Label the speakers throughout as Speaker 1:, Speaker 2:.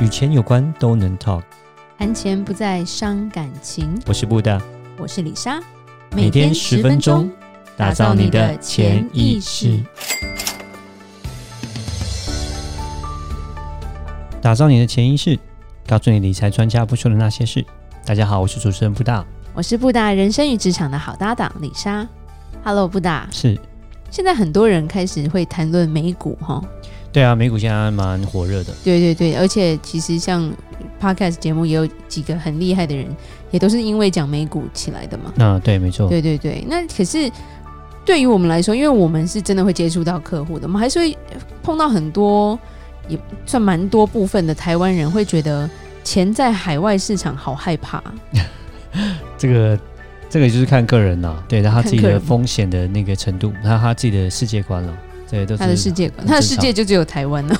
Speaker 1: 与钱有关都能 talk。
Speaker 2: 谈钱不再伤感情，
Speaker 1: 我是布大，
Speaker 2: 我是李莎，
Speaker 1: 每天十分钟，打造你的潜意识，打造你的潜意识，告诉你理财专家不说的那些事。大家好，我是主持人布大，
Speaker 2: 我是布大人生与职场的好搭档李莎。Hello，布大，
Speaker 1: 是
Speaker 2: 现在很多人开始会谈论美股哈，
Speaker 1: 对啊，美股现在蛮火热的，
Speaker 2: 对对对，而且其实像 podcast 节目也有几个很厉害的人，也都是因为讲美股起来的嘛。
Speaker 1: 那对，没错，
Speaker 2: 对对对，那可是对于我们来说，因为我们是真的会接触到客户的，我们还是会碰到很多，也算蛮多部分的台湾人会觉得钱在海外市场好害怕。
Speaker 1: 这个这个就是看个人啦，对，他自己
Speaker 2: 看个
Speaker 1: 的
Speaker 2: 人
Speaker 1: 风险的那个程度，他他自己的世界观了，这都是
Speaker 2: 他的世界观，
Speaker 1: 很
Speaker 2: 他的
Speaker 1: 正
Speaker 2: 世界就只有台湾了，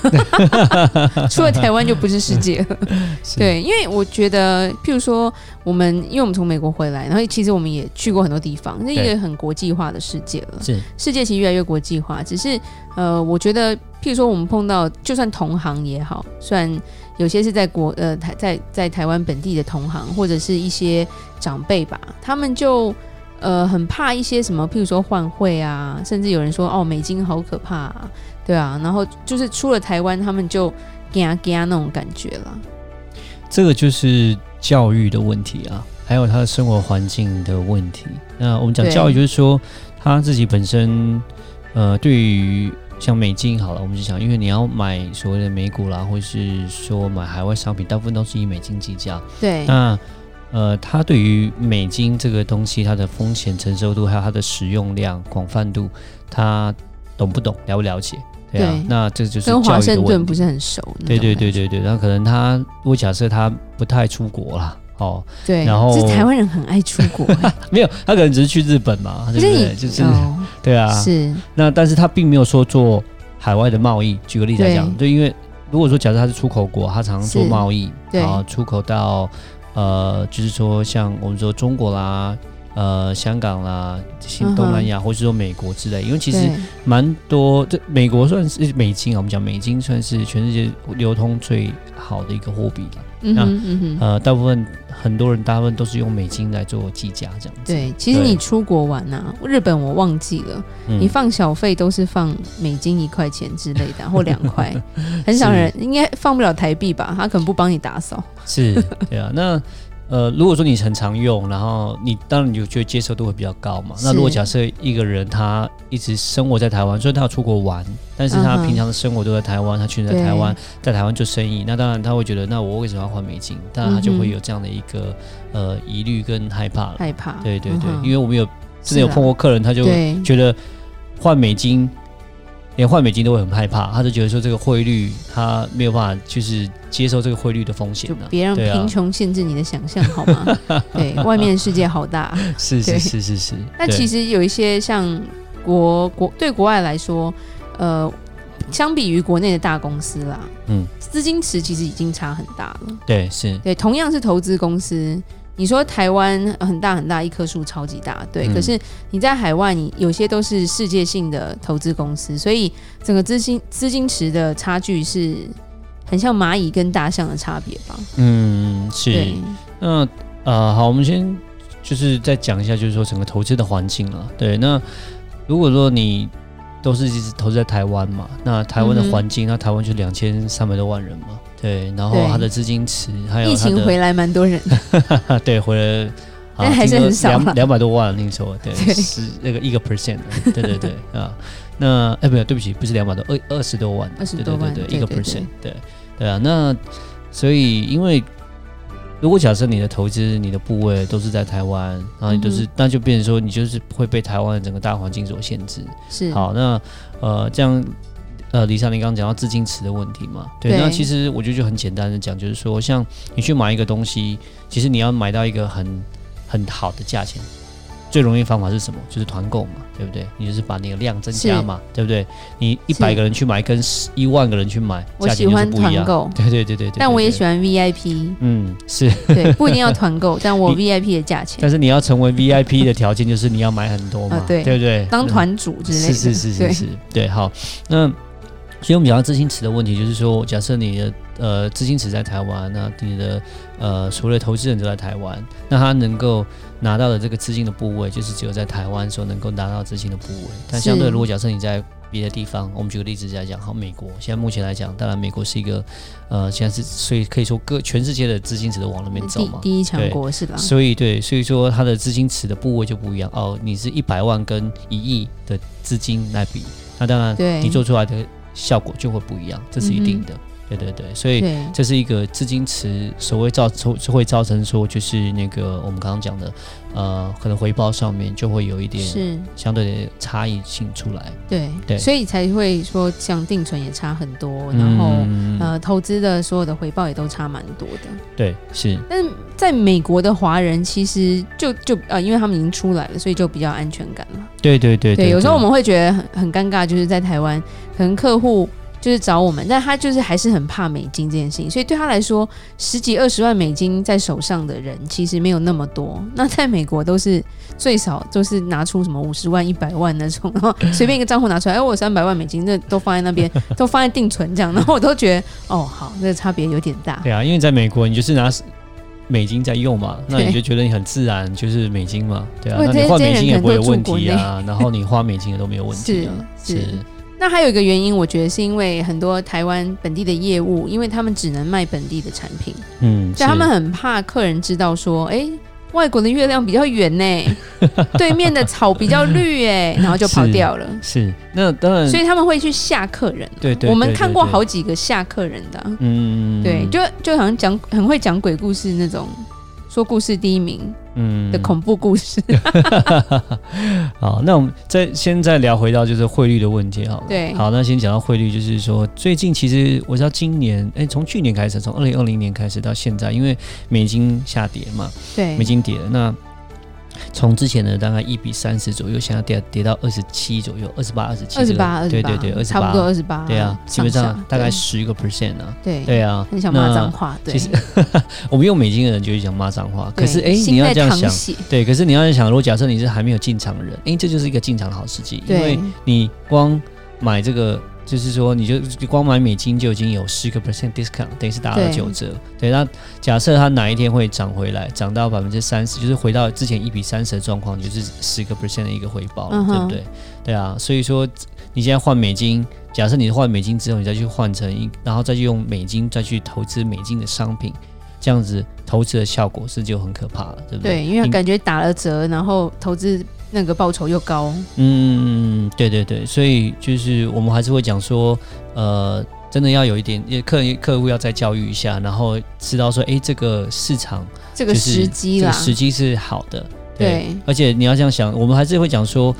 Speaker 2: 除了台湾就不是世界了。
Speaker 1: 是
Speaker 2: 对，因为我觉得，譬如说，我们因为我们从美国回来，然后其实我们也去过很多地方，那一
Speaker 1: 对
Speaker 2: 个很国际化的世界了。
Speaker 1: 是
Speaker 2: 世界其实越来越国际化，只是呃，我觉得，譬如说我们碰到，就算同行也好，虽然有些是在国呃台在在台湾本地的同行，或者是一些长辈吧，他们就呃很怕一些什么，譬如说换汇啊，甚至有人说哦美金好可怕、啊，对啊，然后就是出了台湾，他们就嘎嘎那种感觉了。
Speaker 1: 这个就是教育的问题啊，还有他的生活环境的问题。那我们讲
Speaker 2: 对
Speaker 1: 教育，就是说他自己本身，呃，对于像美金好了，我们就想，因为你要买所谓的美股啦，或是说买海外商品，大部分都是以美金计价。
Speaker 2: 对，
Speaker 1: 那呃，他对于美金这个东西，它的风险承受度，还有它的使用量、广泛度，他懂不懂，了不了解？对啊，
Speaker 2: 对
Speaker 1: 那这就是
Speaker 2: 跟
Speaker 1: 教
Speaker 2: 华
Speaker 1: 育的
Speaker 2: 盛
Speaker 1: 问
Speaker 2: 顿
Speaker 1: 题
Speaker 2: 不是很熟。
Speaker 1: 对对对对对，然后可能他，我假设他不太出国啦，哦，
Speaker 2: 对，
Speaker 1: 然后
Speaker 2: 是台湾人很爱出 国、欸，
Speaker 1: 没有，他可能只是去日本嘛，对
Speaker 2: 可是
Speaker 1: 不
Speaker 2: 你
Speaker 1: 对？就是、
Speaker 2: 哦
Speaker 1: 对啊，
Speaker 2: 是
Speaker 1: 那但是他并没有说做海外的贸易。举个例子来讲，就因为如果说假设他是出口国，他常常做
Speaker 2: 是
Speaker 1: 贸易，
Speaker 2: 对
Speaker 1: 啊，出口到呃，就是说像我们说中国啦。呃，香港啦，新
Speaker 2: 嗯哼
Speaker 1: 东南亚，或是说美国之类，因为其实
Speaker 2: 对
Speaker 1: 蛮多，这美国算是美金啊，我们讲美金算是全世界流通最好的一个货币了。
Speaker 2: 嗯
Speaker 1: 那
Speaker 2: 哼嗯哼，
Speaker 1: 呃，大部分很多人大部分都是用美金来做计价这样子。
Speaker 2: 对，其实
Speaker 1: 对
Speaker 2: 你出国玩呐、日本我忘记了，
Speaker 1: 嗯
Speaker 2: 你放小费都是放美金一块钱之类 的啊，或两块，很少人应该放不了台币吧？他可能不帮你打扫。
Speaker 1: 是，对啊。那呃，如果说你很常用，然后你当然你就觉得接受度会比较高嘛。那如果
Speaker 2: 是
Speaker 1: 假设一个人他一直生活在台湾，虽然他要出国玩，但是他
Speaker 2: 嗯哼
Speaker 1: 平常的生活都在台湾，他去在
Speaker 2: 对
Speaker 1: 台湾，在台湾做生意，那当然他会觉得，那我为什么要换美金？当然他就
Speaker 2: 嗯
Speaker 1: 会
Speaker 2: 哼
Speaker 1: 有这样的一个呃疑虑跟害怕了。
Speaker 2: 害怕。
Speaker 1: 对对对，
Speaker 2: 嗯哼啊
Speaker 1: 因为我们有真的有碰过客人，他就
Speaker 2: 对
Speaker 1: 觉得换美金，连换美金都会很害怕，他就觉得说这个汇率他没有办法，就是接受这个汇率的风险
Speaker 2: 就
Speaker 1: 呢、
Speaker 2: 别让
Speaker 1: 对啊
Speaker 2: 贫穷限制你的想象，好吗？ 对，外面的世界好大。
Speaker 1: 是
Speaker 2: 对
Speaker 1: 是是是是。
Speaker 2: 但
Speaker 1: 对
Speaker 2: 其实有一些像国国对国外来说，呃，相比于国内的大公司啦，
Speaker 1: 嗯，
Speaker 2: 资金池其实已经差很大了。
Speaker 1: 对是，
Speaker 2: 对，同样是投资公司，你说台湾很大很大，一棵树超级大，对。
Speaker 1: 嗯
Speaker 2: 可是你在海外，你有些都是世界性的投资公司，所以整个资金资金池的差距是很像蚂蚁跟大象的差别吧？
Speaker 1: 嗯是
Speaker 2: 对。，
Speaker 1: 那呃，好，我们先就是再讲一下，就是说整个投资的环境了。对，那如果说你都是一直投资在台湾嘛，那台湾的
Speaker 2: 嗯哼
Speaker 1: 环境，那台湾就两千三百多万人嘛，对，然后
Speaker 2: 对
Speaker 1: 它的资金池，还有
Speaker 2: 疫
Speaker 1: 它
Speaker 2: 情
Speaker 1: 的
Speaker 2: 回来蛮多人，
Speaker 1: 对回来。
Speaker 2: 但还是很少啦
Speaker 1: 两两百多万那个时候，对，
Speaker 2: 对
Speaker 1: 是那个一个 percent，对对对啊，那哎没有，对不起，不是两百多，二二十多万，
Speaker 2: 20多万
Speaker 1: 对对对，
Speaker 2: 对
Speaker 1: 一个
Speaker 2: 对对
Speaker 1: percent，对对啊，那所以因为如果假设你的投资、你的部位都是在台湾，然后你都是，
Speaker 2: 嗯
Speaker 1: 那就变成说你就是会被台湾的整个大环境所限制。
Speaker 2: 是
Speaker 1: 好，那呃这样呃，李莎，你刚刚讲到自金池的问题嘛？对，
Speaker 2: 对
Speaker 1: 那其实我觉得就很简单的讲，就是说，像你去买一个东西，其实你要买到一个很很好的价钱，最容易的方法是什么？就是团购嘛，对不对？你就是把你的量增加
Speaker 2: 是
Speaker 1: 嘛，对不对？你一百
Speaker 2: 是
Speaker 1: 个人去买，跟一万个人去买，
Speaker 2: 我
Speaker 1: 价
Speaker 2: 喜
Speaker 1: 钱就是
Speaker 2: 欢
Speaker 1: 不一
Speaker 2: 团
Speaker 1: 样。
Speaker 2: 购，
Speaker 1: 对对对对对对。
Speaker 2: 但我也
Speaker 1: 对
Speaker 2: 喜欢 VIP，
Speaker 1: 嗯，是，
Speaker 2: 对，不一定要团购，但我
Speaker 1: 你
Speaker 2: VIP 的价钱
Speaker 1: 但是你要成为 VIP 的条件就是你要买很多嘛，
Speaker 2: 啊对
Speaker 1: 不对？嗯
Speaker 2: 当团主之类
Speaker 1: 是
Speaker 2: 的，
Speaker 1: 是是是
Speaker 2: 对
Speaker 1: 是，对，好，那。所以，我们讲到自金池的问题，就是说，假设你的呃资金池在台湾，那你的呃所谓的投资人都在台湾，那他能够拿到的这个资金的部位，就是只有在台湾所能够拿到资金的部位。但相对，
Speaker 2: 是
Speaker 1: 如果假设你在别的地方，我们举个例子来讲，好，美国现在目前来讲，当然美国是一个呃现在是所以可以说各全世界的资金池都往那边走
Speaker 2: 第
Speaker 1: 嘛，
Speaker 2: 第一强
Speaker 1: 对
Speaker 2: 国是吧？
Speaker 1: 所以对，所以说它的资金池的部位就不一样哦。你是一百万跟一亿的资金来比，那当然
Speaker 2: 对嗯
Speaker 1: 你做出来的效果就会不一样，这是一定的。对对对，所以
Speaker 2: 对，
Speaker 1: 这是一个资金池所谓造成会造成说就是那个我们刚刚讲的，呃，可能回报上面就会有一点
Speaker 2: 是，
Speaker 1: 相对的差异性出来。
Speaker 2: 对，
Speaker 1: 对
Speaker 2: 所以才会说像定存也差很多，然后、
Speaker 1: 嗯
Speaker 2: 呃，投资的所有的回报也都差蛮多的。
Speaker 1: 对是
Speaker 2: 但是在美国的华人其实就就呃，因为他们已经出来了，所以就比较安全感了。
Speaker 1: 对对对
Speaker 2: 有时候我们会觉得很很尴尬，就是在台湾，可能客户就是找我们，但他就是还是很怕美金这件事情，所以对他来说，十几二十万美金在手上的人其实没有那么多。那在美国都是最少都是拿出什么五十万、一百万啊那种，然后随便一个账户拿出来，哎，我有三百万美金，那都放在 那边，都放在定存这样，然后我都觉得哦，好，那个差别有点大。
Speaker 1: 对啊，因为在美国，你就是拿美金在用嘛，那你就觉得你很自然，就是美金嘛，对啊，
Speaker 2: 不
Speaker 1: 那你
Speaker 2: 这
Speaker 1: 换
Speaker 2: 这些
Speaker 1: 美
Speaker 2: 人
Speaker 1: 金也
Speaker 2: 可能
Speaker 1: 不会有
Speaker 2: 都住
Speaker 1: 问
Speaker 2: 国
Speaker 1: 题啊， 然后你花美金也都没有 问题啊，
Speaker 2: 是是那还有一个原因，我觉得是因为很多台湾本地的业务，因为他们只能卖本地的产品，
Speaker 1: 嗯，
Speaker 2: 所以他们很怕客人知道说，哎、外国的月亮比较圆呢、 对面的草比较绿哎、然后就跑掉了。
Speaker 1: 是是那当然，
Speaker 2: 所
Speaker 1: 以
Speaker 2: 以他们会去吓客人。
Speaker 1: 对对，
Speaker 2: 我们看过好
Speaker 1: 几，
Speaker 2: 几个吓客人的啊、
Speaker 1: 嗯，
Speaker 2: 对， 就就好像讲很会讲鬼故事那种，说故事第一名
Speaker 1: 嗯
Speaker 2: 的恐怖 故事。啊
Speaker 1: 好，那我们再先再聊回到就是汇率的问题好了。
Speaker 2: 对
Speaker 1: 好，那先讲到汇率，就是说最近其实我知道今年，哎，从去年开始，从二零二零年开始到现在，因为美金下跌嘛，
Speaker 2: 对
Speaker 1: 美，金跌了。那从之前的大概一比三十左右，现在跌跌到二十七左右，二十八、二十七，
Speaker 2: 二十八，二
Speaker 1: 对
Speaker 2: 十八，
Speaker 1: 对对，二十八，
Speaker 2: 差不多嗯二十八。
Speaker 1: 对啊，基本上大概
Speaker 2: 是
Speaker 1: 十个 percent 啊，
Speaker 2: 对。
Speaker 1: 对啊，
Speaker 2: 很想骂
Speaker 1: 那
Speaker 2: 脏话，对
Speaker 1: 其，实我们用美金的人就会想骂脏话，可
Speaker 2: 对
Speaker 1: 是哎，
Speaker 2: 心
Speaker 1: 你要
Speaker 2: 在
Speaker 1: 这样
Speaker 2: 淌
Speaker 1: 想，
Speaker 2: 血
Speaker 1: 对，可是你要想，如果假设你是还没有进场的人，哎，这就是一个进场的好时机，因为
Speaker 2: 对
Speaker 1: 你光买这个，就是说你就你光买美金就已经有十个 percent discount，等于是打了
Speaker 2: 对
Speaker 1: 九折。对，那假设它哪一天会涨回来，涨到百分之三十，就是回到之前一比三十的状况，就是十个 percent 的一个回报了，
Speaker 2: 嗯
Speaker 1: 对不
Speaker 2: 哼
Speaker 1: 对？对啊，所以说你现在换美金。假设你换美金之后，你再去换成一，然后再去用美金再去投资美金的商品，这样子投资的效果是就很可怕了，对不对？
Speaker 2: 对，因为
Speaker 1: 你
Speaker 2: 感觉打了折，然后投资那个报酬又高，
Speaker 1: 嗯，对对对，所以就是我们还是会讲说，呃，真的要有一点，也客人客户要再教育一下，然后知道说，哎，这个市场
Speaker 2: 这个
Speaker 1: 就是
Speaker 2: 时机
Speaker 1: 这
Speaker 2: 啦
Speaker 1: 个，时机是好的，
Speaker 2: 对
Speaker 1: 而且你要这样想，我们还是会讲说，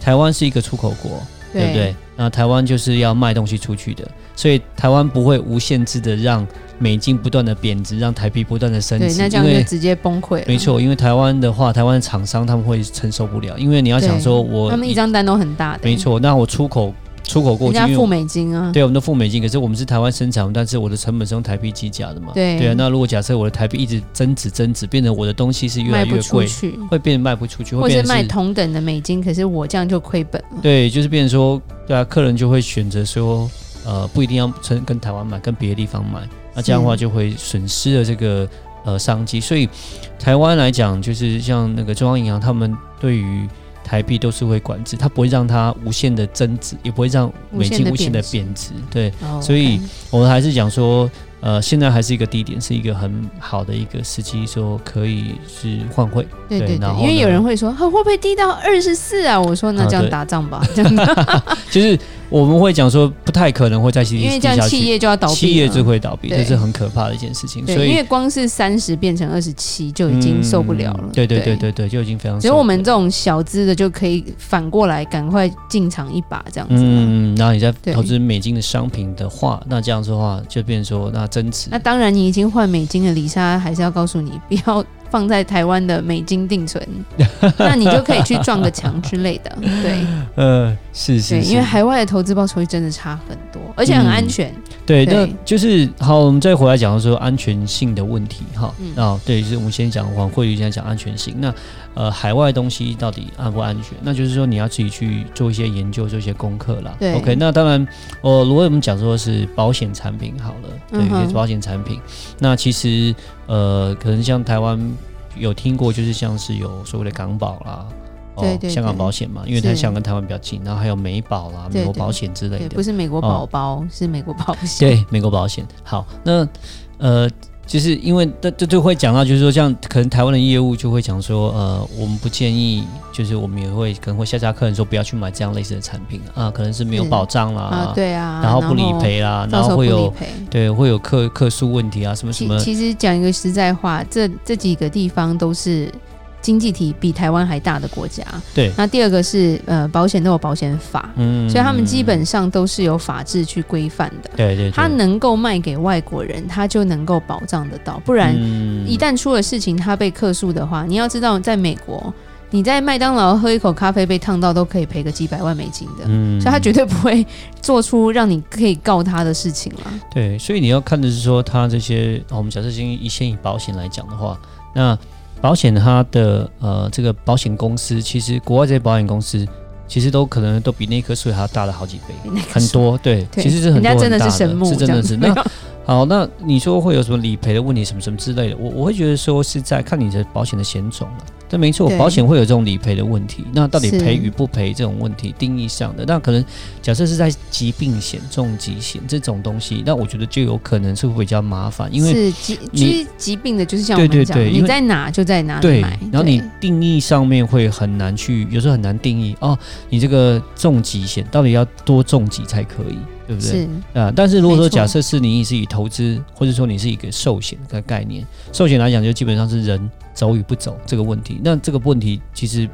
Speaker 1: 台湾是一个出口国，对不对？那台湾就是要卖东西出去的，所以台湾不会无限制的让美金不断的贬值，让台币不断的升
Speaker 2: 对
Speaker 1: 值，，
Speaker 2: 那这
Speaker 1: 因
Speaker 2: 样
Speaker 1: 为
Speaker 2: 就直接崩溃了。
Speaker 1: 没，错，因为台湾的话，台湾的厂商他们会承受不了，因为你要想
Speaker 2: 对
Speaker 1: 说我，
Speaker 2: 他们一张单都很大的，
Speaker 1: 没，错，那我出口出口过
Speaker 2: 人
Speaker 1: 去，
Speaker 2: 家
Speaker 1: 因为
Speaker 2: 付
Speaker 1: 我
Speaker 2: 美金啊，
Speaker 1: 对我们都付美金，可是我们是台湾生产，但是我的成本是用台币计价的嘛。
Speaker 2: 对
Speaker 1: 啊，那如果假设我的台币一直增值增值，变得我的东西是越来
Speaker 2: 卖
Speaker 1: 越
Speaker 2: 不出
Speaker 1: 贵，
Speaker 2: 去，
Speaker 1: 会变得卖不出去，会
Speaker 2: 或
Speaker 1: 变
Speaker 2: 是
Speaker 1: 得
Speaker 2: 卖同等的美金，可是我这样就亏本了。
Speaker 1: 对，就是变成说，对啊，客人就会选择说，呃，不一定要跟跟台湾买，跟别的地方买，那这样的话
Speaker 2: 是
Speaker 1: 就会损失了这个呃商机。所以台湾来讲，就是像那个中央银行，他们对于台币都是会管制，它不会让它无限的增值，也不会让美金无
Speaker 2: 无
Speaker 1: 限
Speaker 2: 限
Speaker 1: 的
Speaker 2: 地
Speaker 1: 贬
Speaker 2: 贬
Speaker 1: 值。对，
Speaker 2: 哦
Speaker 1: 所以
Speaker 2: OK
Speaker 1: 我们还是讲说，呃，现在还是一个低点，是一个很好的一个时机，说可以是换汇。
Speaker 2: 对
Speaker 1: 对
Speaker 2: 对对
Speaker 1: 然，后
Speaker 2: 因为
Speaker 1: 呢
Speaker 2: 有人会说，啊会不会低到二十四啊？我说那
Speaker 1: 啊
Speaker 2: 这样
Speaker 1: 对
Speaker 2: 打仗吧，这样
Speaker 1: 就是我们会讲说不太可能会再继续
Speaker 2: 因为
Speaker 1: 低
Speaker 2: 这
Speaker 1: 下
Speaker 2: 样
Speaker 1: 去
Speaker 2: 企，业就要倒闭了，
Speaker 1: 企业就会倒闭，
Speaker 2: 对
Speaker 1: 这是很可怕的一件事情。所
Speaker 2: 对，因
Speaker 1: 以
Speaker 2: 为光是三十变成二十七就已经受不了了。
Speaker 1: 嗯对对对。对对，就已经非常受不了。
Speaker 2: 只有我们这种小资的就可以反过来赶快进场一把这样子嘛。
Speaker 1: 嗯，然后你再
Speaker 2: 对
Speaker 1: 投资美金的商品的话，那这样子的话就变成说，那增值
Speaker 2: 那当然，你已经换美金的李莎还是要告诉你，不要放在台湾的美金 定存，那你就可以去撞个墙之类的。 对
Speaker 1: 呃，是是嗯
Speaker 2: 对，
Speaker 1: 是，
Speaker 2: 因为海外的投资报酬率真的差很多，而且很安全。
Speaker 1: 对，
Speaker 2: 对
Speaker 1: 那就是好，我们再回来讲说安全性的问题哈。
Speaker 2: 嗯
Speaker 1: 那、哦对，就是我们先讲黄慧瑜现在讲安全性。那呃，海外东西到底安不安全？那就是说你要自己去做一些研究，做一些功课啦。
Speaker 2: 对
Speaker 1: OK，那当然，呃，如果我们讲说是保险产品好了，对，
Speaker 2: 嗯哼
Speaker 1: 有些保险产品，那其实呃，可能像台湾有听过，就是像是有所谓的港保啦。哦
Speaker 2: 对对
Speaker 1: 香港
Speaker 2: 对
Speaker 1: 保险嘛，因为它
Speaker 2: 是
Speaker 1: 香港跟台湾比较近，然后还有美保啦、
Speaker 2: 对
Speaker 1: 美国
Speaker 2: 对
Speaker 1: 保险之类
Speaker 2: 对，
Speaker 1: 的。
Speaker 2: 不是美国宝宝，是美国保险。
Speaker 1: 哦对，美国保险。好，那呃，就是因为这这就会讲到，就是说像可能台湾的业务就会讲说，呃，我们不建议，就是我们也会可能会下架客人说不要去买这样类似的产品啊、可能是没有
Speaker 2: 是
Speaker 1: 保障啦，
Speaker 2: 啊，对啊，
Speaker 1: 哦然后不理，赔啦，然
Speaker 2: 到时
Speaker 1: 后
Speaker 2: 候不
Speaker 1: 会
Speaker 2: 理
Speaker 1: 有
Speaker 2: 赔。
Speaker 1: 对会有客客诉问题啊，什么什
Speaker 2: 其
Speaker 1: 么，
Speaker 2: 其实讲一个实在话，这这几个地方都是经济体比台湾还大的国家。
Speaker 1: 对
Speaker 2: 那第二个是呃，保险都有保险法，
Speaker 1: 嗯
Speaker 2: 所以他们基本上都是有法制去规范的。
Speaker 1: 对对，
Speaker 2: 它能够卖给外国人，它就能够保障得到，不然
Speaker 1: 嗯
Speaker 2: 一
Speaker 1: 一
Speaker 2: 旦出了事情，他被客诉的话，你要知道，在美国，你在麦当劳喝一口咖啡被烫到，都可以赔个几百万美金的，
Speaker 1: 嗯
Speaker 2: 所以他绝对不会做出让你可以告他的事情啦。
Speaker 1: 对，所以你要看的是说，它这些、哦我们假设先以先以保险来讲的话，那保险它的呃这个保险公司，其实国外这些保险公司其实都可能都比那棵树还要大了好几倍，
Speaker 2: 那个
Speaker 1: 很
Speaker 2: 是，
Speaker 1: 多对，
Speaker 2: 对
Speaker 1: 其实是很多
Speaker 2: 人家
Speaker 1: 很
Speaker 2: 真
Speaker 1: 大的
Speaker 2: 的是神木
Speaker 1: 是
Speaker 2: 这
Speaker 1: 真
Speaker 2: 样
Speaker 1: 的
Speaker 2: 子，
Speaker 1: 是那好，那你说会有什么理赔的问题，什么什么之类的？我我会觉得说是在看你的保险的险种了。但没错
Speaker 2: 对，
Speaker 1: 保险会有这种理赔的问题。那到底
Speaker 2: 是
Speaker 1: 赔与不赔这种问题定义上的，那可能假设是在疾病险、重疾险这种东西，那我觉得就有可能是会比较麻烦，因为
Speaker 2: 是疾
Speaker 1: 你
Speaker 2: 其实疾病的，就是像我
Speaker 1: 对
Speaker 2: 们
Speaker 1: 对
Speaker 2: 讲，
Speaker 1: 对因为
Speaker 2: 你在哪就在哪里
Speaker 1: 对
Speaker 2: 啊买，，
Speaker 1: 然后你
Speaker 2: 对
Speaker 1: 定义上面会很难去，有时候很难定义哦，你这个重疾险到底要多重疾才可以，对不对？
Speaker 2: 是
Speaker 1: 啊，但是如果
Speaker 2: 没
Speaker 1: 说
Speaker 2: 错
Speaker 1: 假设是你是以投资，或者说你是一个寿险的概念，寿险来讲就基本上是人走与不走这个问题。那这个问题其实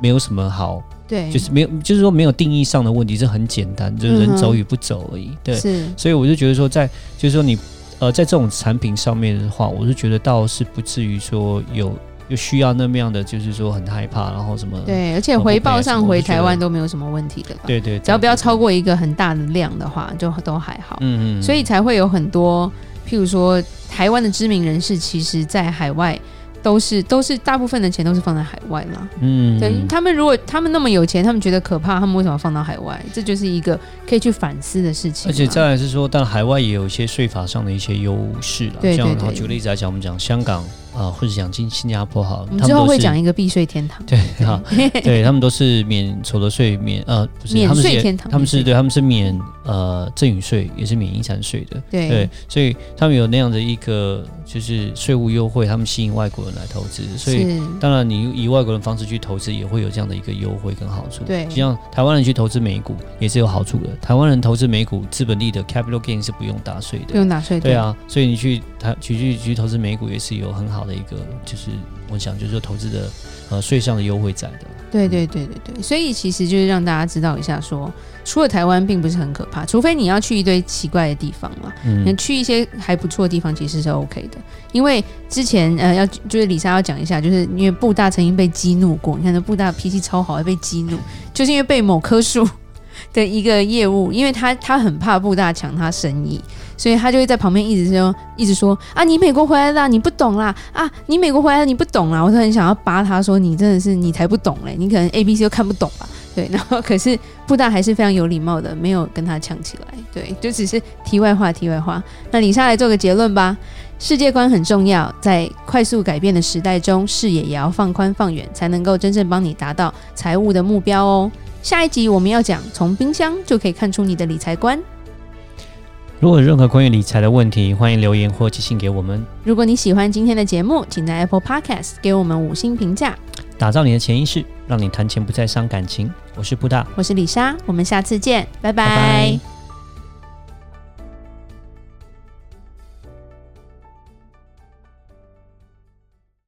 Speaker 1: 没有什么好，
Speaker 2: 对，
Speaker 1: 就是没有，就是说没有定义上的问题，是很简单，就是
Speaker 2: 嗯
Speaker 1: 人
Speaker 2: 哼
Speaker 1: 走与不走而已。对，
Speaker 2: 是
Speaker 1: 所以我就觉得说在，就是说你呃，在这种产品上面的话，我是觉得倒是不至于说有有需要那么样的，就是说很害怕，然后什么
Speaker 2: 对，而且
Speaker 1: 我不
Speaker 2: 回
Speaker 1: 赔
Speaker 2: 报
Speaker 1: 啊什
Speaker 2: 上
Speaker 1: 么我
Speaker 2: 回
Speaker 1: 就觉
Speaker 2: 台
Speaker 1: 得
Speaker 2: 湾都没有什么问题的吧？
Speaker 1: 对对，
Speaker 2: 只要不要超
Speaker 1: 过，
Speaker 2: 过一个很大的量的话，就都还好。
Speaker 1: 嗯嗯，
Speaker 2: 所以才会有很多，譬如说台湾的知名人士，其实在海外都是都是大部分的钱都是放在海外啦。
Speaker 1: 嗯，
Speaker 2: 对他们，如果他们那么有钱，他们觉得可怕，他们为什么要放到海外？这就是一个可以去反思的事
Speaker 1: 而
Speaker 2: 情嘛。
Speaker 1: 且再来是说，但海外也有一些税法上的一些优势啦。
Speaker 2: 对对
Speaker 1: 像
Speaker 2: 对
Speaker 1: 好举个例子来讲，我们讲香港啊、呃或者讲新新加坡好了，
Speaker 2: 我们
Speaker 1: 他
Speaker 2: 之
Speaker 1: 们
Speaker 2: 后
Speaker 1: 都
Speaker 2: 会
Speaker 1: 是
Speaker 2: 讲一个避税天堂，
Speaker 1: 对啊哈，对他们都是免所得税免呃不是
Speaker 2: 免
Speaker 1: 他们是
Speaker 2: 税天堂
Speaker 1: 他们
Speaker 2: 免
Speaker 1: 是
Speaker 2: 税
Speaker 1: 对他们是免呃赠与税，也是免遗产税的。
Speaker 2: 对
Speaker 1: 对，所以他们有那样的一个就是税务优惠，他们吸引外国人来投资，所以
Speaker 2: 是
Speaker 1: 当然，你以外国人方式去投资，也会有这样的一个优惠跟好处。
Speaker 2: 对
Speaker 1: 就像台湾人去投资美股也是有好处的。台湾人投资美股，资本利的 capital gain 是不用打税
Speaker 2: 不
Speaker 1: 的。
Speaker 2: 用打税。
Speaker 1: 对，啊，所以你去台去去去投资美股也是有很好的一个，就是我想就是说投资的呃税上的优惠在的。
Speaker 2: 对对对对对，所以其实就是让大家知道一下说除了台湾并不是很可怕，除非你要去一堆奇怪的地方嘛。那
Speaker 1: 嗯，
Speaker 2: 去一些还不错的地方其实是 OK 的，因为之前呃要就是李莎要讲一下，就是因为布大曾经被激怒过，你看那布大脾气超好，还被激怒，就是因为被某棵树的一个业务，因为他他很怕布大抢他生意，所以他就会在旁边一直说一直说啊你美国回来啦，你不懂啦啊你美国回来了你不懂啦，我就很想要扒他说你真的是你才不懂嘞，你可能 A B C 都看不懂吧。对， 然后可是布大还是非常有礼貌的，没有跟他抢起来。对，就只是题外话，题外话。那李莎来做个结论吧。世界观很重要，在快速改变的时代中，视野也要放宽放远，才能够真正帮你达到财务的目标哦。下一集我们要讲从冰箱就可以看出你的理财观。
Speaker 1: 如果有任何关于理财的问题，欢迎留言或寄信给我们。
Speaker 2: 如果你喜欢今天的节目，请在 Apple Podcast 给我们五星评价。
Speaker 1: 打造你的潜意识，让你谈钱不再伤感情。我是布大，
Speaker 2: 我是李莎，我们下次见，拜
Speaker 1: 拜
Speaker 2: 拜
Speaker 1: 拜